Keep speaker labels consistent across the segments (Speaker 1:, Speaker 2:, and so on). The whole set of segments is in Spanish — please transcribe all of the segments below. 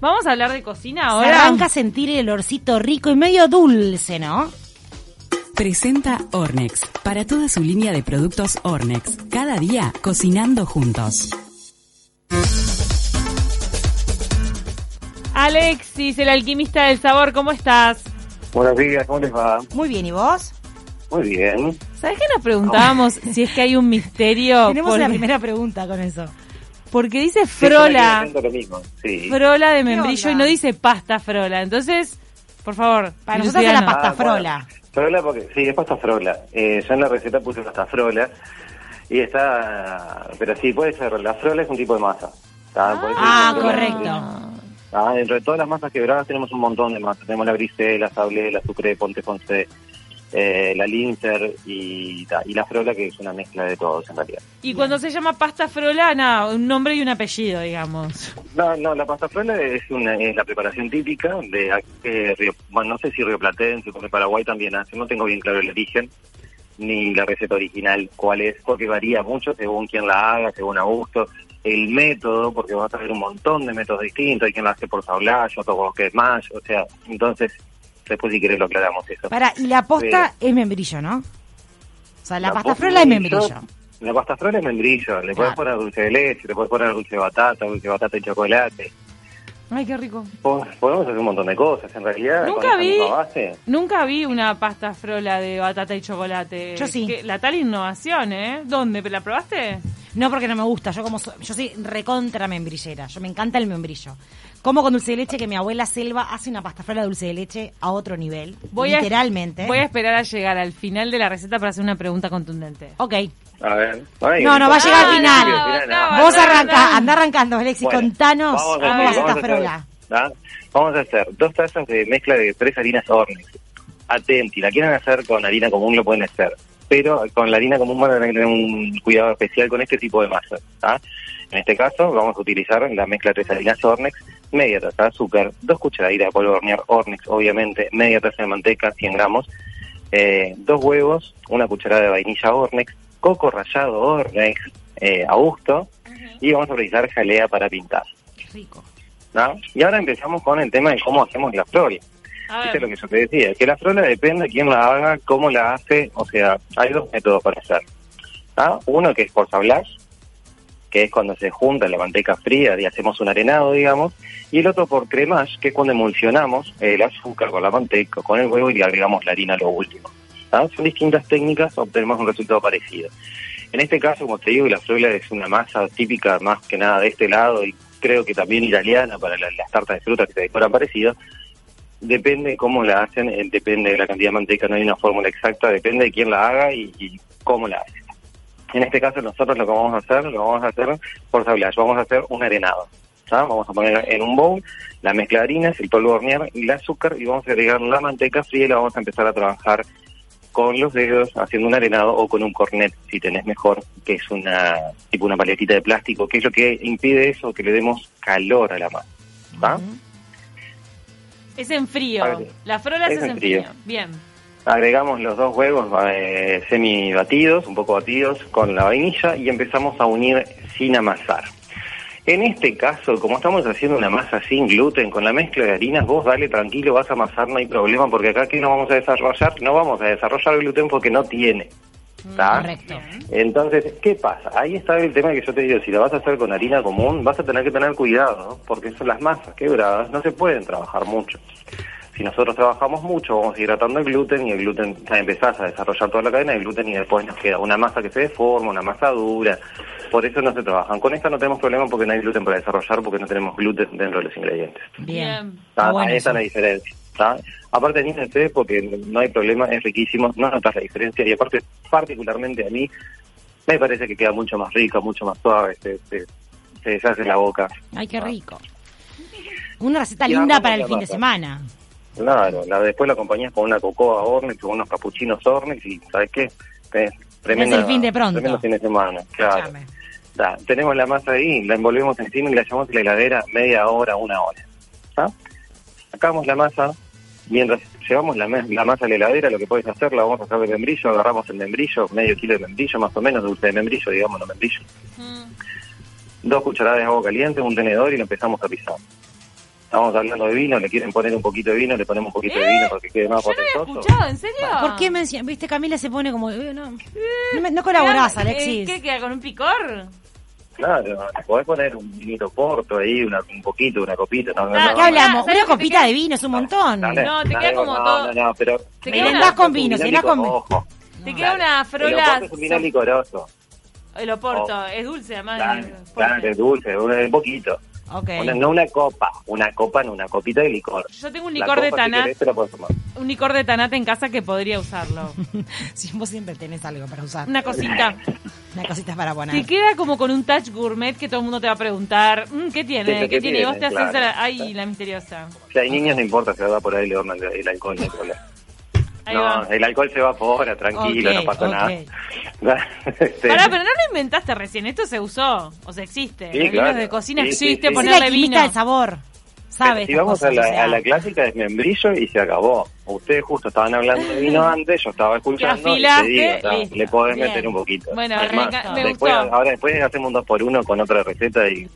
Speaker 1: Vamos a hablar de cocina
Speaker 2: Se
Speaker 1: ahora.
Speaker 2: arranca a sentir el olorcito rico y medio dulce, ¿no?
Speaker 3: Presenta Ornex, para toda su línea de productos Ornex, cada día cocinando juntos.
Speaker 1: Alexis, el alquimista del sabor, ¿cómo estás?
Speaker 4: Buenos días, ¿cómo les va?
Speaker 2: Muy bien, ¿y vos?
Speaker 4: Muy bien.
Speaker 1: ¿Sabes que nos preguntábamos si es que hay un misterio?
Speaker 2: Tenemos
Speaker 1: Por-
Speaker 2: la primera pregunta con eso.
Speaker 1: Porque dice
Speaker 4: Sí, yo me quedé
Speaker 1: frola,
Speaker 4: haciendo lo mismo, sí.
Speaker 1: frola de membrillo
Speaker 2: onda?
Speaker 1: y no dice pasta frola. Entonces, por favor,
Speaker 2: Para nosotros es la
Speaker 1: Luciano.
Speaker 2: pasta
Speaker 4: Ah, bueno.
Speaker 2: frola.
Speaker 4: Frola porque, sí, es pasta frola. Eh, yo en la receta puse pasta frola y está, pero sí, puede ser, la frola es un tipo de masa. Ah, puede ser
Speaker 2: Ah,
Speaker 4: una frola de membrillo.
Speaker 2: correcto.
Speaker 4: Ah, dentro de todas las masas quebradas tenemos un montón de masas. Tenemos la brisé, la sablé, la sucre, ponte ponce, eh, la linter y, ta- y la frola que es una mezcla de todos en realidad.
Speaker 1: Y cuando se llama pasta frola, nada, un nombre y un apellido, digamos.
Speaker 4: No, no, la pasta frola es, una, es la preparación típica de aquí, eh, Río, bueno, no sé si Río Platense, porque Paraguay también hace, no tengo bien claro el origen, ni la receta original cuál es, porque varía mucho según quien la haga, según a gusto, el método, porque vas a ver un montón de métodos distintos, hay quien la hace por sablayo, otro por quemash, o sea, entonces, después si querés lo aclaramos eso.
Speaker 2: Para, y la posta es membrillo, ¿no? O sea, la, pasta frola es membrillo. Ah.
Speaker 4: La pasta frola es membrillo, le
Speaker 2: Claro.
Speaker 4: podés poner dulce de leche, le podés poner dulce de batata, dulce de batata y chocolate.
Speaker 1: Ay, qué rico.
Speaker 4: Po- Podemos hacer un montón de cosas, en realidad. con
Speaker 1: Nunca
Speaker 4: esa
Speaker 1: vi-
Speaker 4: misma base.
Speaker 1: Nunca vi una pasta frola de batata y chocolate.
Speaker 2: Yo sí.
Speaker 1: Que- la tal innovación, ¿eh? ¿Dónde? ¿La probaste?
Speaker 2: No porque no me gusta, yo como so- yo soy recontra membrillera, yo me encanta el membrillo. Como con dulce de leche que mi abuela Selva hace una pasta frola de dulce de leche a otro nivel,
Speaker 1: Voy a-
Speaker 2: literalmente.
Speaker 1: Voy a esperar a llegar al final de la receta para hacer una pregunta contundente.
Speaker 2: Ok,
Speaker 4: A ver. Ay,
Speaker 2: No, no, va a llegar al
Speaker 4: ah,
Speaker 2: final.
Speaker 4: no, no, no.
Speaker 2: vos
Speaker 1: no,
Speaker 2: arranca,
Speaker 1: no.
Speaker 2: anda arrancando, Alexis,
Speaker 4: Bueno,
Speaker 2: contanos
Speaker 4: vamos a
Speaker 2: cómo
Speaker 1: hacer,
Speaker 2: vas a
Speaker 4: vamos
Speaker 2: esta
Speaker 4: a hacer-
Speaker 2: frola.
Speaker 4: ¿Ah? Vamos a hacer dos tazas de mezcla de tres harinas Ornex. Atenti, la quieren hacer con harina común, lo pueden hacer. Pero con la harina común van a tener que tener un cuidado especial con este tipo de masa. ¿ah? En este caso, vamos a utilizar la mezcla de tres harinas Ornex, media taza de azúcar, dos cucharaditas de polvo de hornear Ornex, obviamente, media taza de manteca, 100 gramos, eh, dos huevos, una cucharada de vainilla Ornex, coco rallado Ornex eh, a gusto, y vamos a utilizar jalea para pintar.
Speaker 2: Rico.
Speaker 4: ¿no? Y ahora empezamos con el tema de cómo hacemos la frola.
Speaker 1: A
Speaker 4: Esto es lo
Speaker 1: ver,
Speaker 4: que yo te decía, que la frola depende de quién la haga, cómo la hace, o sea, hay dos métodos para hacer. ¿ah? Uno que es por sablage, que es cuando se junta la manteca fría y hacemos un arenado, digamos, y el otro por cremage, que es cuando emulsionamos el azúcar con la manteca, con el huevo y le agregamos la harina a lo último. ¿ah? Son distintas técnicas, obtenemos un resultado parecido. En este caso, como te digo, la frola es una masa típica más que nada de este lado y creo que también italiana para la- las tartas de fruta que se decoran parecidas. Depende cómo la hacen, eh, depende de la cantidad de manteca, no hay una fórmula exacta, depende de quién la haga y, y cómo la hace. En este caso nosotros lo que vamos a hacer, lo vamos a hacer por sablage, vamos a hacer un arenado. ¿tá? Vamos a poner en un bowl la mezcla de harinas, el polvo de hornear y el azúcar y vamos a agregar la manteca fría y la vamos a empezar a trabajar con los dedos haciendo un arenado o con un cornet, si tenés mejor, que es una tipo una paletita de plástico, que es lo que impide eso, que le demos calor a la mano. ¿va?
Speaker 1: es en frío.
Speaker 4: A ver.
Speaker 1: La frola es,
Speaker 4: Es en
Speaker 1: en frío.
Speaker 4: frío.
Speaker 1: Bien.
Speaker 4: Agregamos los dos huevos eh, semi batidos, un poco batidos, con la vainilla y empezamos a unir sin amasar. En este caso, como estamos haciendo una masa sin gluten, con la mezcla de harinas, vos dale tranquilo, vas a amasar, no hay problema, porque acá que no vamos a desarrollar, no vamos a desarrollar gluten porque no tiene. ¿tá?
Speaker 2: Correcto.
Speaker 4: Entonces, ¿qué pasa? Ahí está el tema que yo te digo, si la vas a hacer con harina común, vas a tener que tener cuidado, ¿no? porque son las masas quebradas, no se pueden trabajar mucho. Si nosotros trabajamos mucho, vamos hidratando el gluten y el gluten, ya empezás a desarrollar toda la cadena de gluten y después nos queda una masa que se deforma, una masa dura. Por eso no se trabajan. Con esta no tenemos problema porque no hay gluten para desarrollar, porque no tenemos gluten dentro de los ingredientes.
Speaker 2: Bien.
Speaker 1: Bien.
Speaker 2: Está
Speaker 4: Ah,
Speaker 2: bueno
Speaker 4: ahí está
Speaker 2: eso.
Speaker 4: la diferencia. ¿tá? Aparte, anímense porque no hay problema, es riquísimo, no notas la diferencia y aparte, particularmente a mí, me parece que queda mucho más rico, mucho más suave, se, se, se deshace la boca.
Speaker 2: Ay, qué
Speaker 4: Ah.
Speaker 2: rico. Una receta
Speaker 4: Y ahora
Speaker 2: linda
Speaker 4: vamos
Speaker 2: para
Speaker 4: a
Speaker 2: el
Speaker 4: la
Speaker 2: fin de
Speaker 4: pasta.
Speaker 2: semana.
Speaker 4: Claro, la, después la acompañas con una cocoa Ornex, con unos capuchinos Ornex y, ¿sabes qué? Tenés tremenda-
Speaker 2: el fin de pronto.
Speaker 4: Tremendo fin de semana, claro.
Speaker 2: Escuchame.
Speaker 4: Da, tenemos la masa ahí, la envolvemos encima y la llevamos a la heladera media hora, una hora. ¿tá? Sacamos la masa, mientras llevamos la, mes- la masa a la heladera, lo que podés hacer, la vamos a sacar de membrillo, agarramos el membrillo, medio kilo de membrillo, más o menos, dulce de membrillo, digamos, no membrillo.
Speaker 1: Mm.
Speaker 4: Dos cucharadas de agua caliente, un tenedor y lo empezamos a pisar. ¿tá? Estamos hablando de vino, le quieren poner un poquito de vino, le ponemos un poquito de vino para que quede más
Speaker 1: ¿Eh? Yo no había
Speaker 4: potentoso.
Speaker 1: escuchado, ¿en serio?
Speaker 2: ¿Por qué me enci- Viste, Camila se pone como. Ah. eh, No, no, me- no
Speaker 1: ¿Qué hago?
Speaker 2: colaborás,
Speaker 1: Eh,
Speaker 2: Alexis.
Speaker 1: ¿Qué queda con un picor?
Speaker 4: Claro, le podés poner un vinito porto ahí, una- un poquito, una copita. No, no,
Speaker 1: Ah,
Speaker 4: no,
Speaker 2: ¿Qué
Speaker 1: ¿Sabés lo
Speaker 2: hablamos? Una
Speaker 1: que te
Speaker 2: copita
Speaker 1: queda?
Speaker 2: de vino es un montón.
Speaker 4: Dale,
Speaker 1: No, te
Speaker 4: dale,
Speaker 1: queda como
Speaker 4: no,
Speaker 1: todo-
Speaker 4: No, no, pero...
Speaker 1: Te
Speaker 2: queda una-
Speaker 4: con
Speaker 2: vino, se la come.
Speaker 4: Ojo.
Speaker 1: Te queda una
Speaker 4: Pero
Speaker 1: frola.
Speaker 4: vos Es un vino licoroso.
Speaker 1: El oporto,
Speaker 4: Oh.
Speaker 1: Eh, es dulce además.
Speaker 4: Dale,
Speaker 1: es fuerte.
Speaker 4: dale, dulce, un, un poquito.
Speaker 2: Ok.
Speaker 4: Una- no una copa, una copa, no una copita de licor.
Speaker 1: Yo tengo un
Speaker 4: La
Speaker 1: licor de
Speaker 4: copa, si
Speaker 1: Tanat.
Speaker 4: querés, te la podés tomar.
Speaker 1: Un licor de tanate en casa que podría usarlo.
Speaker 2: Sí, vos siempre tenés algo para usar. Una,
Speaker 1: Una cosita.
Speaker 2: cosita para poner.
Speaker 1: Te queda como con un touch gourmet que todo el mundo te va a preguntar, "Mm, ¿qué tiene?
Speaker 4: Sí,
Speaker 1: ¿Qué,
Speaker 4: ¿qué
Speaker 1: tiene? Y vos te
Speaker 4: tiene?
Speaker 1: haces
Speaker 4: Claro.
Speaker 1: la- ay, la misteriosa.
Speaker 4: Si hay niños, no importa, se va por ahí, le hornan el, el alcohol. no hay problema.
Speaker 1: Ahí
Speaker 4: no,
Speaker 1: va.
Speaker 4: el alcohol se evapora, tranquilo,
Speaker 2: Ok,
Speaker 4: no pasa
Speaker 2: ok.
Speaker 4: nada. Este,
Speaker 1: Pará, pero no lo inventaste recién, esto se usó, o sea, existe.
Speaker 4: Sí,
Speaker 1: Los
Speaker 4: claro.
Speaker 1: vinos de cocina
Speaker 4: Sí, sí,
Speaker 1: existe,
Speaker 4: sí.
Speaker 2: es la
Speaker 1: ponerle
Speaker 2: quimita
Speaker 1: vino.
Speaker 2: del sabor. ¿Sabes?
Speaker 4: si vamos a la, a la clásica es membrillo y se acabó. Ustedes justo estaban hablando de vino antes, yo estaba escuchando y te
Speaker 1: afilaste,
Speaker 4: digo, o sea,
Speaker 1: listo.
Speaker 4: le podés
Speaker 1: Bien.
Speaker 4: meter un poquito.
Speaker 1: Bueno,
Speaker 4: Es
Speaker 1: me enca- me
Speaker 4: después,
Speaker 1: gustó.
Speaker 4: ahora después hacemos un dos por uno con otra receta y,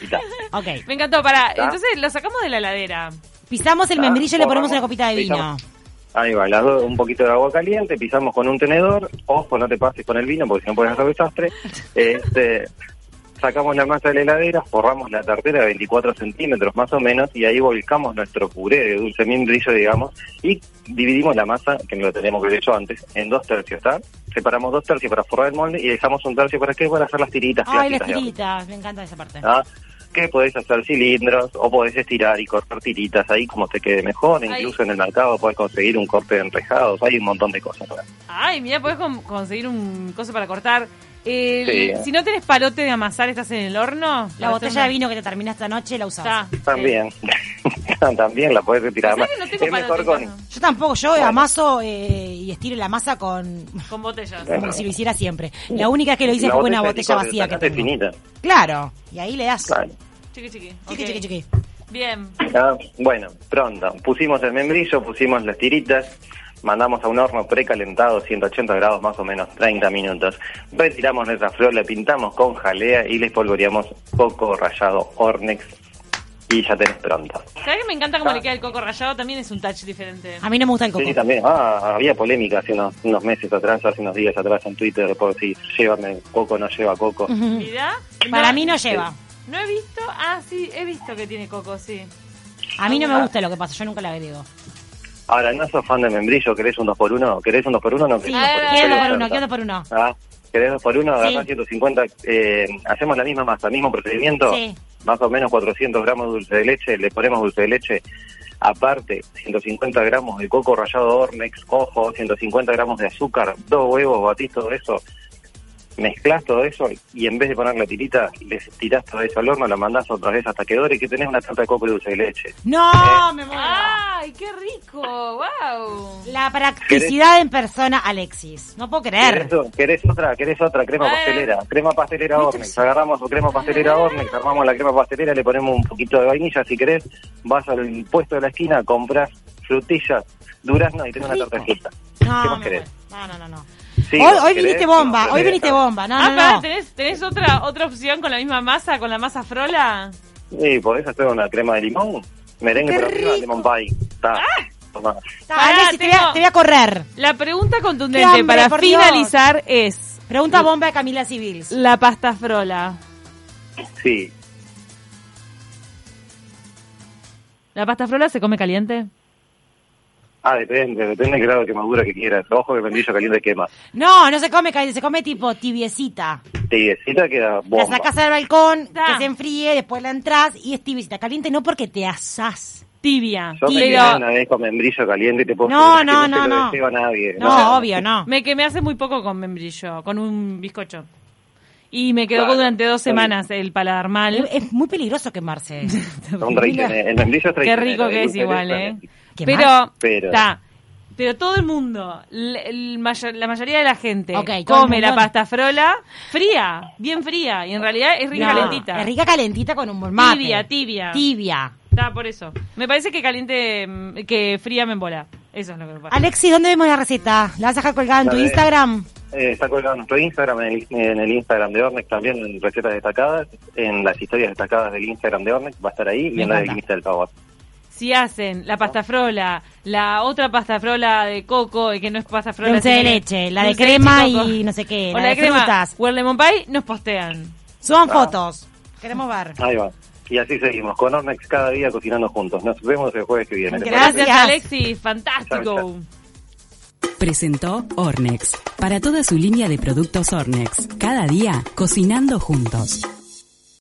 Speaker 4: y tal.
Speaker 2: Ok.
Speaker 1: Me encantó, pará.
Speaker 4: ¿Está?
Speaker 1: Entonces lo sacamos de la heladera.
Speaker 2: Pisamos el
Speaker 4: Ah,
Speaker 2: membrillo y le ponemos
Speaker 4: formamos-
Speaker 2: una copita de vino.
Speaker 4: pisamos. Ahí va, las dos, un poquito de agua caliente, pisamos con un tenedor, ojo, no te pases con el vino porque si no puedes hacer desastre. Este, sacamos la masa de la heladera, forramos la tartera de 24 centímetros más o menos y ahí volcamos nuestro puré de dulce membrillo, digamos, y dividimos la masa, que lo tenemos que haber hecho antes, en dos tercios, ¿está? Separamos dos tercios para forrar el molde y dejamos un tercio para qué, para hacer las tiritas
Speaker 2: Ay, las
Speaker 4: clásicas, digamos.
Speaker 2: tiritas. Me encanta esa parte.
Speaker 4: ¿ah? que podés hacer cilindros o podés estirar y cortar tiritas ahí como te quede mejor, incluso en el mercado podés conseguir un corte de enrejados, hay un montón de cosas.
Speaker 1: Ay, mira, podés con- conseguir un coso para cortar. El-
Speaker 4: Sí.
Speaker 1: Si no tenés palote de amasar, estás en el horno.
Speaker 2: La botella de
Speaker 1: vino
Speaker 2: vino que te termina esta noche la usás.
Speaker 1: Está.
Speaker 4: También, también la podés retirar más.
Speaker 1: ¿Sabés que no tengo
Speaker 4: Es mejor
Speaker 1: palote,
Speaker 4: con...
Speaker 1: Cano?
Speaker 2: Yo tampoco, yo
Speaker 4: Bueno.
Speaker 2: amaso eh, y estiro la masa con
Speaker 1: Con botellas.
Speaker 4: Bueno.
Speaker 2: como si lo hiciera siempre. La única que lo hice fue con una botella vacía que tengo.
Speaker 4: finita.
Speaker 2: Claro, y ahí le das.
Speaker 4: Claro.
Speaker 1: Chiqui, chiqui.
Speaker 2: Chiqui,
Speaker 1: Ok.
Speaker 2: chiqui, chiqui.
Speaker 1: Bien.
Speaker 4: Ah, bueno, pronto. Pusimos el membrillo, pusimos las tiritas, mandamos a un horno precalentado, 180 grados más o menos, 30 minutos. Retiramos nuestra flor, la pintamos con jalea y les polvoreamos coco rallado Ornex y ya tenés pronto.
Speaker 1: ¿Sabés que me encanta cómo
Speaker 4: Ah.
Speaker 1: le queda el coco rallado? También es un touch diferente.
Speaker 2: A mí no me gusta el coco.
Speaker 4: Sí, también. Ah, había polémica hace unos, unos meses atrás, hace unos días atrás en Twitter por si llévame coco, no lleva coco.
Speaker 1: ¿Mirá?
Speaker 2: Para mí no lleva.
Speaker 1: No he visto. Ah, sí, he visto que tiene coco, sí.
Speaker 2: A mí no
Speaker 4: Ah.
Speaker 2: me gusta lo que pasa, yo nunca la agrego.
Speaker 4: Ahora, ¿no sos fan de membrillo? ¿Querés un 2x1? ¿Querés un 2x1? No,
Speaker 2: Sí,
Speaker 4: querés
Speaker 1: Ah,
Speaker 4: un 2x1.
Speaker 1: ah,
Speaker 2: quiero
Speaker 1: ah,
Speaker 2: por
Speaker 4: Oferta.
Speaker 2: uno, quiero por uno.
Speaker 4: Ah, querés dos por uno, agarrás
Speaker 2: Sí.
Speaker 4: 150, eh, hacemos la misma masa, mismo procedimiento,
Speaker 2: Sí.
Speaker 4: más o menos 400 gramos de dulce de leche, le ponemos dulce de leche, aparte 150 gramos de coco rallado Ormex, ojo, 150 gramos de azúcar, dos huevos, batís todo eso, mezclás todo eso y en vez de poner la tirita, le tirás todo eso al horno, la mandás otra vez hasta que dore, que tenés una tarta de coco y dulce de leche.
Speaker 2: No, me muero.
Speaker 1: ¡Ay, qué rico! ¡Wow!
Speaker 2: La practicidad en persona, Alexis. No puedo creer.
Speaker 4: ¿Querés, o- querés otra? ¿Querés otra?
Speaker 1: A
Speaker 4: Crema
Speaker 1: ver.
Speaker 4: pastelera. Crema pastelera Ornex. Agarramos su crema
Speaker 2: Ah.
Speaker 4: pastelera Ornex, armamos la crema pastelera, le ponemos un poquito de vainilla si querés. Vas al puesto de la esquina, compras frutillas, durazno y tenés una
Speaker 2: Rico.
Speaker 4: tartajita. ¿Qué
Speaker 2: No,
Speaker 4: más
Speaker 2: me
Speaker 4: querés?
Speaker 2: muero. no, no, no, no.
Speaker 4: Sí,
Speaker 2: hoy
Speaker 4: ¿no
Speaker 2: hoy
Speaker 4: querés?
Speaker 2: viniste bomba,
Speaker 4: No,
Speaker 2: hoy
Speaker 4: querés,
Speaker 2: viniste
Speaker 4: está.
Speaker 2: bomba. No,
Speaker 1: ah,
Speaker 2: no,
Speaker 1: pará,
Speaker 2: no.
Speaker 1: ¿tenés, ¿tenés otra otra opción con la misma masa, con la masa frola?
Speaker 4: Sí, podés hacer una crema de limón, merengue
Speaker 2: ¡Qué
Speaker 4: por arriba,
Speaker 2: rico! Ah.
Speaker 4: lemon pie. Está. Tomá.
Speaker 2: Está,
Speaker 1: Pará,
Speaker 2: Alexis, te voy,
Speaker 1: tengo-
Speaker 2: a, te voy a correr.
Speaker 1: La pregunta contundente
Speaker 2: ¡Qué hambre,
Speaker 1: para
Speaker 2: por
Speaker 1: finalizar es:
Speaker 2: Pregunta bomba de Camila Civils.
Speaker 1: ¿la pasta frola?
Speaker 4: Sí.
Speaker 1: ¿La pasta frola se come caliente?
Speaker 4: Ah, depende, depende del grado de quemadura que quieras. Ojo que el membrillo caliente quema.
Speaker 2: No, no se come caliente, se come tipo tibiecita.
Speaker 4: Tibiecita queda
Speaker 2: La
Speaker 4: bomba.
Speaker 2: sacás al balcón,
Speaker 1: Ta.
Speaker 2: que se enfríe, después la entrás y es tibiecita. Caliente no porque te asás.
Speaker 1: Tibia.
Speaker 4: Yo me quedé
Speaker 1: Pero
Speaker 4: una vez con membrillo caliente y te puedo
Speaker 2: No,
Speaker 4: decir que
Speaker 2: no,
Speaker 4: se
Speaker 2: no,
Speaker 4: lo
Speaker 2: no.
Speaker 4: deseo a nadie.
Speaker 2: No,
Speaker 4: No.
Speaker 2: obvio, no.
Speaker 1: me quemé hace muy poco con membrillo, con un bizcocho. Y me quedó
Speaker 4: Claro,
Speaker 1: durante dos
Speaker 4: está bien.
Speaker 1: semanas el paladar mal.
Speaker 2: Es, es muy peligroso quemarse.
Speaker 4: Son traicioneros. El membrillo es
Speaker 1: Qué
Speaker 4: traicionero.
Speaker 1: rico que
Speaker 4: el
Speaker 1: es
Speaker 4: dulce de
Speaker 1: igual,
Speaker 4: leche
Speaker 1: ¿eh?
Speaker 4: también.
Speaker 2: Qué
Speaker 1: Pero,
Speaker 4: Pero-
Speaker 1: ta, pero todo el mundo, l- el mayo- la mayoría de la gente
Speaker 2: Ok, todo el
Speaker 1: come la
Speaker 2: mundo.
Speaker 1: pasta frola fría, bien fría, y en realidad es rica
Speaker 2: No,
Speaker 1: calentita.
Speaker 2: Es rica calentita con un buen mate.
Speaker 1: Tibia, tibia.
Speaker 2: Tibia.
Speaker 1: Ta, por eso. Me parece que caliente, mm, que fría me embola. Eso es lo que me pasa.
Speaker 2: Alexis, ¿dónde vemos la receta? ¿La vas a dejar colgada en tu
Speaker 4: Dale.
Speaker 2: Instagram?
Speaker 4: eh, está colgado en nuestro Instagram, en el, en el Instagram de Ornex también, en recetas destacadas, en las historias destacadas del Instagram de Ornex, va a estar ahí, y
Speaker 2: Me
Speaker 4: en la
Speaker 2: encanta.
Speaker 4: del Insta del Favor.
Speaker 1: Si hacen la pastafrola, la otra pastafrola de coco, eh, que no es pastafrola.
Speaker 2: Dulce
Speaker 1: sino
Speaker 2: de
Speaker 1: que-
Speaker 2: leche, la de
Speaker 1: dulce
Speaker 2: crema
Speaker 1: leche, coco.
Speaker 2: y no sé qué,
Speaker 1: O
Speaker 2: la
Speaker 1: la,
Speaker 2: de
Speaker 1: de crema,
Speaker 2: frutas.
Speaker 1: o el lemon pie, nos postean.
Speaker 2: Suban
Speaker 4: Ah.
Speaker 2: fotos. Queremos ver.
Speaker 4: Ahí va. Y así seguimos, con Ornex cada día cocinando juntos. Nos vemos el jueves que viene. ¿te
Speaker 2: Gracias.
Speaker 1: Gracias,
Speaker 4: parece?
Speaker 1: Alexis, fantástico.
Speaker 4: Chao, chao.
Speaker 3: Presentó Ornex. Para toda su línea de productos Ornex. Cada día, cocinando juntos.